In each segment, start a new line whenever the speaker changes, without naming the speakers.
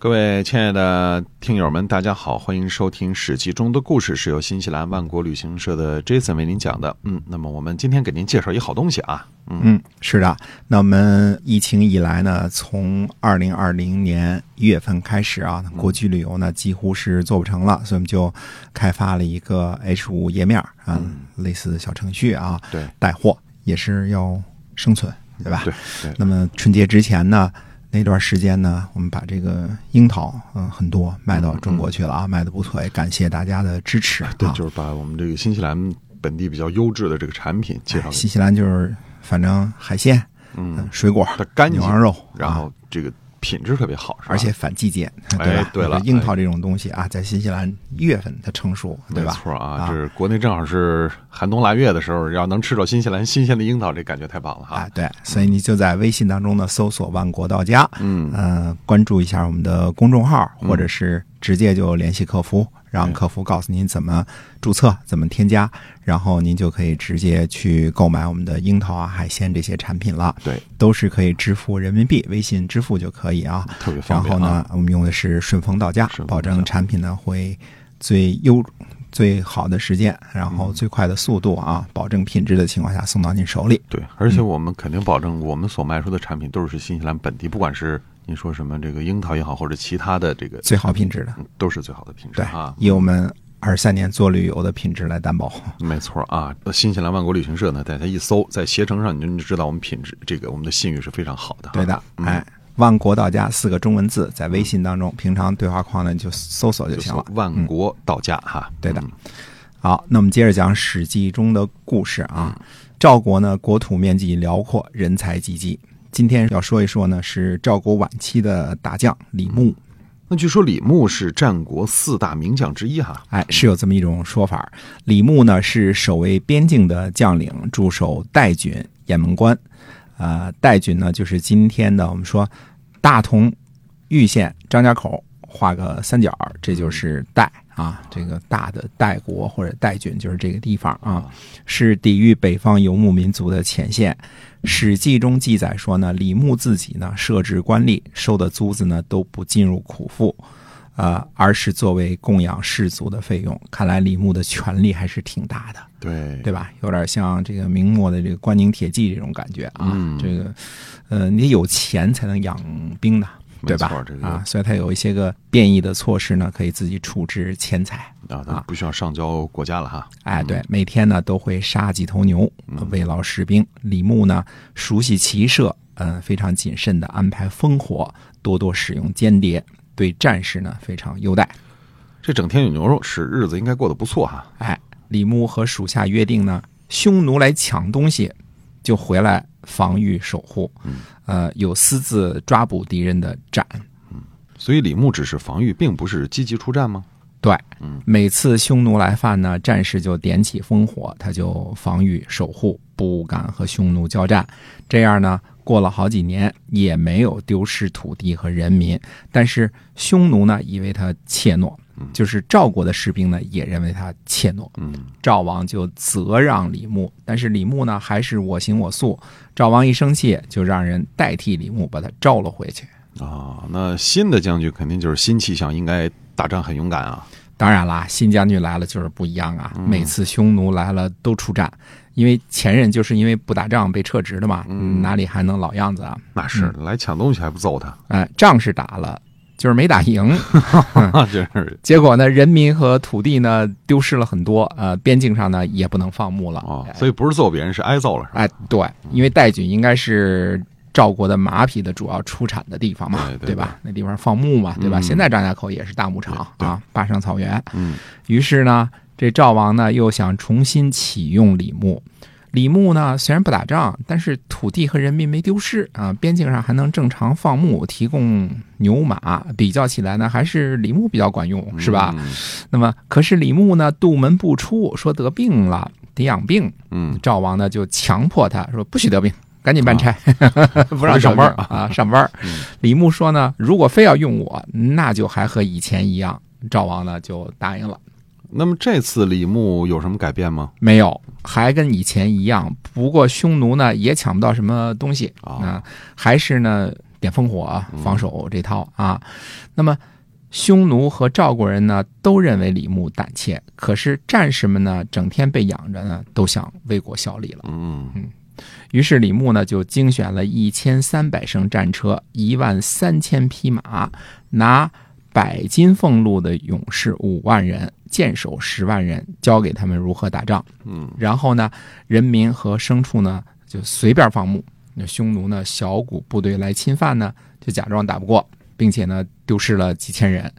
各位亲爱的听友们，大家好，欢迎收听《史记》中的故事，是由新西兰万国旅行社的 Jason 为您讲的。嗯，那么我们今天给您介绍一好东西啊。嗯，
嗯，是的。那我们疫情以来呢，从二零二零年一月份开始啊，
嗯
国际旅游呢几乎是做不成了，所以我们就开发了一个 H 五页面啊，类似的小程序啊，
嗯对
带货也是要生存，对吧？
对对，
那么春节之前呢，那段时间呢，我们把这个樱桃，嗯、很多卖到中国去了啊，卖的不错，也感谢大家的支持啊。
对，就是把我们这个新西兰本地比较优质的这个产品介绍给
新西兰就是反正海鲜、
嗯，
嗯水果、
它干净
牛，羊肉，
然
啊
后这个品质特别好，是吧
而且反季节，对吧？
哎对了
那个樱桃这种东西啊，在新西兰一月份它成熟，对
没
吧？
错啊，
啊
这是国内正好是寒冬腊月的时候，要能吃到新西兰新鲜的樱桃，这感觉太棒了哈
啊。，对，所以你就在微信当中呢搜索“万国到家”，
嗯
呃，关注一下我们的公众号，或者是直接就联系客服，让客服告诉您怎么注册、怎么添加，然后您就可以直接去购买我们的樱桃啊、海鲜这些产品了。
对，
都是可以支付人民币，微信支付就可以啊。
特别
然
方便、
后
啊。
呢，我们用的是顺丰到家
顺，丰
保证产品呢会最优、最好的时间，然
嗯
后最快的速度啊，保证品质的情况下送到您手里。
对，而
嗯
且我们肯定保证，我们所卖出的产品都是新西兰本地，不管是您说什么这个樱桃也好，或者其他的这个，
最好品质的，
嗯都是最好的品质
对
啊，。
以我们二三年做旅游的品质来担保。
没错啊，新西兰万国旅行社呢，大家一搜，在携程上你就你就知道我们品质这个我们的信誉是非常好的哈。
对的，
嗯
哎，万国到家四个中文字在微信当中，平常对话框呢你就搜索就
就
行
行
了
了。，万国到家哈。
对的
嗯，
好，那我们接着讲《史记》中的故事
嗯
啊。赵国呢，国土面积辽阔，人才济济。今天要说一说呢，是赵国晚期的大将李牧。
那据说李牧是战国四大名将之一哈。
哎，是有这么一种说法儿。李牧呢是守卫边境的将领，驻守代郡、雁门关。呃，代郡呢就是今天的我们说大同、玉县、张家口画个三角儿，这就是代啊，这个大的代国或者代郡就是这个地方啊，是抵御北方游牧民族的前线。《史记》中记载说呢，李牧自己呢设置官吏，收的租子呢都不进入库赋。呃，而是作为供养士族的费用。看来李牧的权力还是挺大的，
对
对吧？有点像这个明末的这个关宁铁骑这种感觉啊。
嗯
这个，呃，你得有钱才能养兵的，
没
对
错
吧？
这个
啊，所以他有一些个变异的措施呢，可以自己处置钱财。
啊，咱不需要上交国家了哈。
哎，对，每天呢都会杀几头牛，
嗯
慰劳士兵。李牧呢熟悉骑射，嗯、非常谨慎的安排烽火，多多使用间谍，对战士呢非常优待。
这整天有牛肉吃，日子应该过得不错哈。
哎，李牧和属下约定呢，匈奴来抢东西，就回来防御守护，呃，有私自抓捕敌人的斩。
所以李牧只是防御，并不是积极出战吗？
对，每次匈奴来犯呢，战士就点起烽火，他就防御守护，不敢和匈奴交战。这样呢，过了好几年也没有丢失土地和人民。但是匈奴呢，以为他怯懦，就是赵国的士兵呢，也认为他怯懦。
嗯，
赵王就责让李牧，但是李牧呢还是我行我素。赵王一生气，就让人代替李牧把他召了回去。
啊，那新的将军肯定就是新气象，应该打仗很勇敢啊。
当然啦，新将军来了就是不一样啊，
嗯
每次匈奴来了都出战，因为前任就是因为不打仗被撤职的嘛，
嗯
哪里还能老样子啊？
那是来抢东西还不揍他，
哎，仗是打了，就是没打赢。
那真啊是
结果呢，人民和土地呢丢失了很多，呃，边境上呢也不能放牧了。
啊。所以不是揍别人，是挨揍了，是吧？
哎，对，因为代郡应该是赵国的马匹的主要出产的地方嘛，
对对
吧？那地方放牧嘛，对吧？
嗯
现在张家口也是大牧场啊，坝上草原。
嗯，
于是呢，这赵王呢又想重新启用李牧。李牧呢虽然不打仗，但是土地和人民没丢失啊，边境上还能正常放牧，提供牛马。比较起来呢，还是李牧比较管用，是
嗯
吧？那么，可是李牧呢杜门不出，说得病了，得养病。
嗯？嗯，
赵王呢就强迫他说不许得病，赶紧办差， 不让
啊上班儿
小兵啊，上班儿
嗯。
李牧说呢，如果非要用我，那就还和以前一样。赵王呢就答应了，
那么这次李牧有什么改变吗？
没有，还跟以前一样。不过匈奴呢也抢不到什么东西
啊
啊，还是呢点烽火
嗯
防守这套啊。那么匈奴和赵国人呢都认为李牧胆怯，可是战士们呢整天被养着呢，都想为国效力了。
嗯，
于是李牧呢就精选了一千三百乘战车、一万三千匹马，拿百金俸禄的勇士五万人、箭手十万人，教给他们如何打仗。
嗯，
然后呢，人民和牲畜呢就随便放牧。那匈奴呢小股部队来侵犯呢，就假装打不过，并且呢丢失了几千人。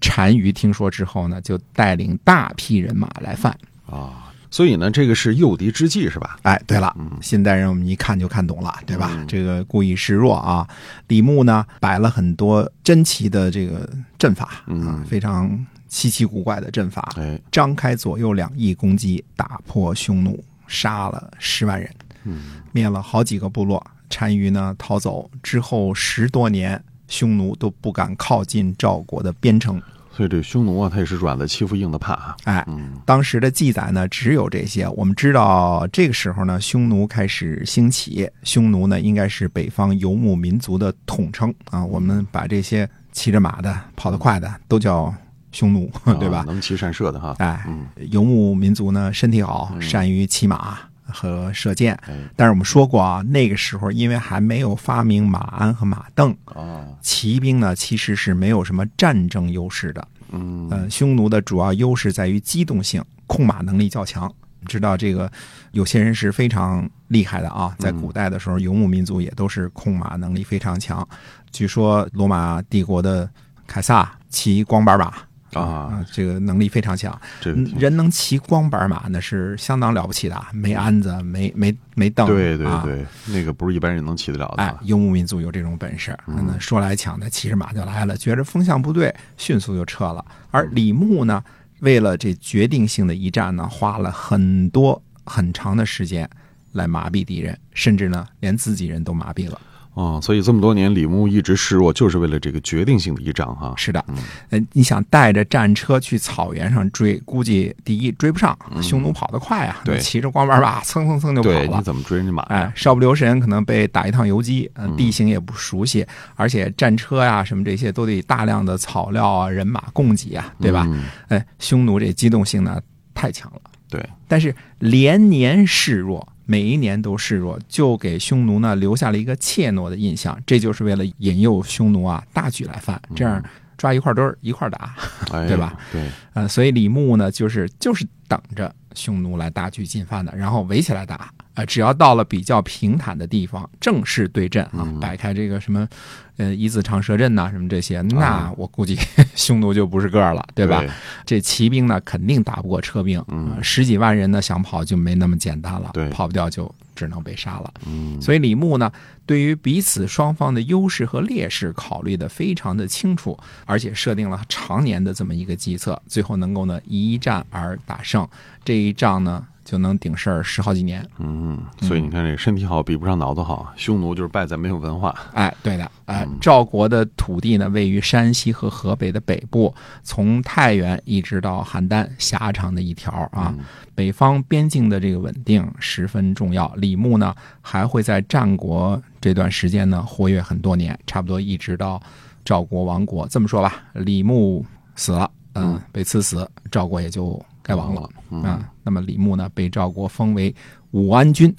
单于听说之后呢，就带领大批人马来犯。
啊，所以呢，这个是诱敌之计是吧？
哎，对了，
嗯
现代人我们一看就看懂了，对吧？
嗯
这个故意示弱啊，李牧呢摆了很多珍奇的这个阵法啊
嗯，
非常稀奇古怪的阵法，
哎，
张开左右两翼攻击，打破匈奴，杀了十万人，
嗯
灭了好几个部落。单于呢逃走之后十多年，匈奴都不敢靠近赵国的边城。
所以这匈奴啊，他也是软的欺负硬的怕啊。
哎，
嗯
当时的记载呢，只有这些。我们知道，这个时候呢，匈奴开始兴起。匈奴呢，应该是北方游牧民族的统称啊。我们把这些骑着马的、跑得快的都叫匈奴， 对
啊
吧？
能骑善射的哈。
哎，
嗯，
游牧民族呢，身体好，
嗯
善于骑马和射箭。
哎，
但是我们说过啊，那个时候因为还没有发明马鞍和马镫，
哦，
骑兵呢其实是没有什么战争优势的。
嗯，
呃，匈奴的主要优势在于机动性，控马能力较强。知道这个，有些人是非常厉害的
嗯
啊，在古代的时候，游牧民族也都是控马能力非常强。据说罗马帝国的凯撒骑光板马
啊，
啊，这个能力非常强。
这个
嗯
挺
人能骑光板马那是相当了不起的啊，没鞍子，没没没凳，
对对
啊
对，那个不是一般人能骑得了的
哎
啊。，
游牧民族有这种本事，
嗯
那说来抢的骑着马就来了，觉着风向不对，迅速就撤了。而李牧呢，为了这决定性的一战呢，花了很多很长的时间来麻痹敌人，甚至呢连自己人都麻痹了。
哦，所以这么多年，李牧一直示弱，就是为了这个决定性的一仗哈。
是的
嗯，
嗯，你想带着战车去草原上追，估计第一追不上，匈奴跑得快啊，
嗯对
骑着光板马蹭蹭蹭就跑
对，
了
你。怎么追人家马
哎
呀？，
稍不留神可能被打一趟游击，呃
啊嗯
地形也不熟悉，而且战车呀、什么这些都得大量的草料啊、人马供给啊，对吧？
嗯？
哎，匈奴这机动性呢太强了，
对，
但是连年示弱，每一年都示弱，就给匈奴呢留下了一个怯懦的印象，这就是为了引诱匈奴啊大举来犯，这
嗯
样抓一块堆儿一块儿打，
哎，
对吧？
对，
呃，所以李牧呢，就是就是等着匈奴来大举进犯的，然后围起来打。呃，只要到了比较平坦的地方，正式对阵啊，
嗯
摆开这个什么，呃，一字长蛇阵呐、什么这些，那我估计 匈奴就不是个儿了，对吧？这骑兵呢，肯定打不过车兵，
嗯
呃十几万人呢，想跑就没那么简单了，
对
跑不掉就只能被杀了。
嗯，
所以李牧呢，对于彼此双方的优势和劣势考虑的非常的清楚，而且设定了常年的这么一个计策，最后能够呢一战而打胜，这一仗呢就能顶事儿十好几年。
嗯，所以你看，这身体好比不上脑子好，匈奴就是败在没有文化。
哎，对的，哎，赵国的土地呢位于山西和河北的北部，从太原一直到邯郸，狭长的一条啊。北方边境的这个稳定十分重要。李牧呢还会在战国这段时间呢活跃很多年，差不多一直到赵国亡国。这么说吧，李牧死了，嗯，被赐死，赵国也就该亡了啊、
嗯，
那么李牧呢被赵国封为武安君。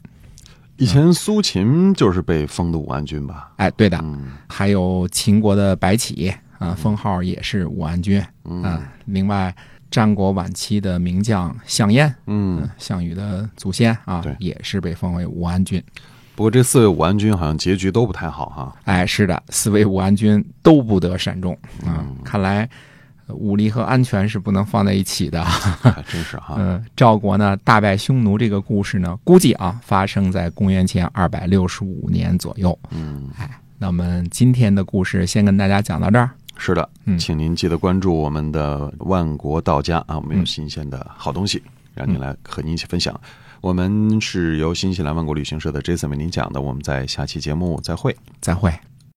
以前苏秦就是被封的武安君吧？
哎，对的，
嗯
还有秦国的白起啊，封号也是武安君啊
嗯。
另外，战国晚期的名将项燕，啊
嗯。
项羽的祖先啊
对，
也是被封为武安君。
不过这四位武安君好像结局都不太好哈。
哎，是的，四位武安君都不得善终啊。
嗯
看来呃武力和安全是不能放在一起的。啊
还真是哈。
呃，赵国呢大败匈奴这个故事呢，估计啊发生在公元前二百六十五年左右。哎
嗯，
那我们今天的故事先跟大家讲到这儿。
是的，
嗯
请您记得关注我们的万国道家啊，我们有新鲜的好东西，让您来和您一起分享。我们是由新西兰万国旅行社的 Jason 为您讲的，我们在下期节目再会。
再会。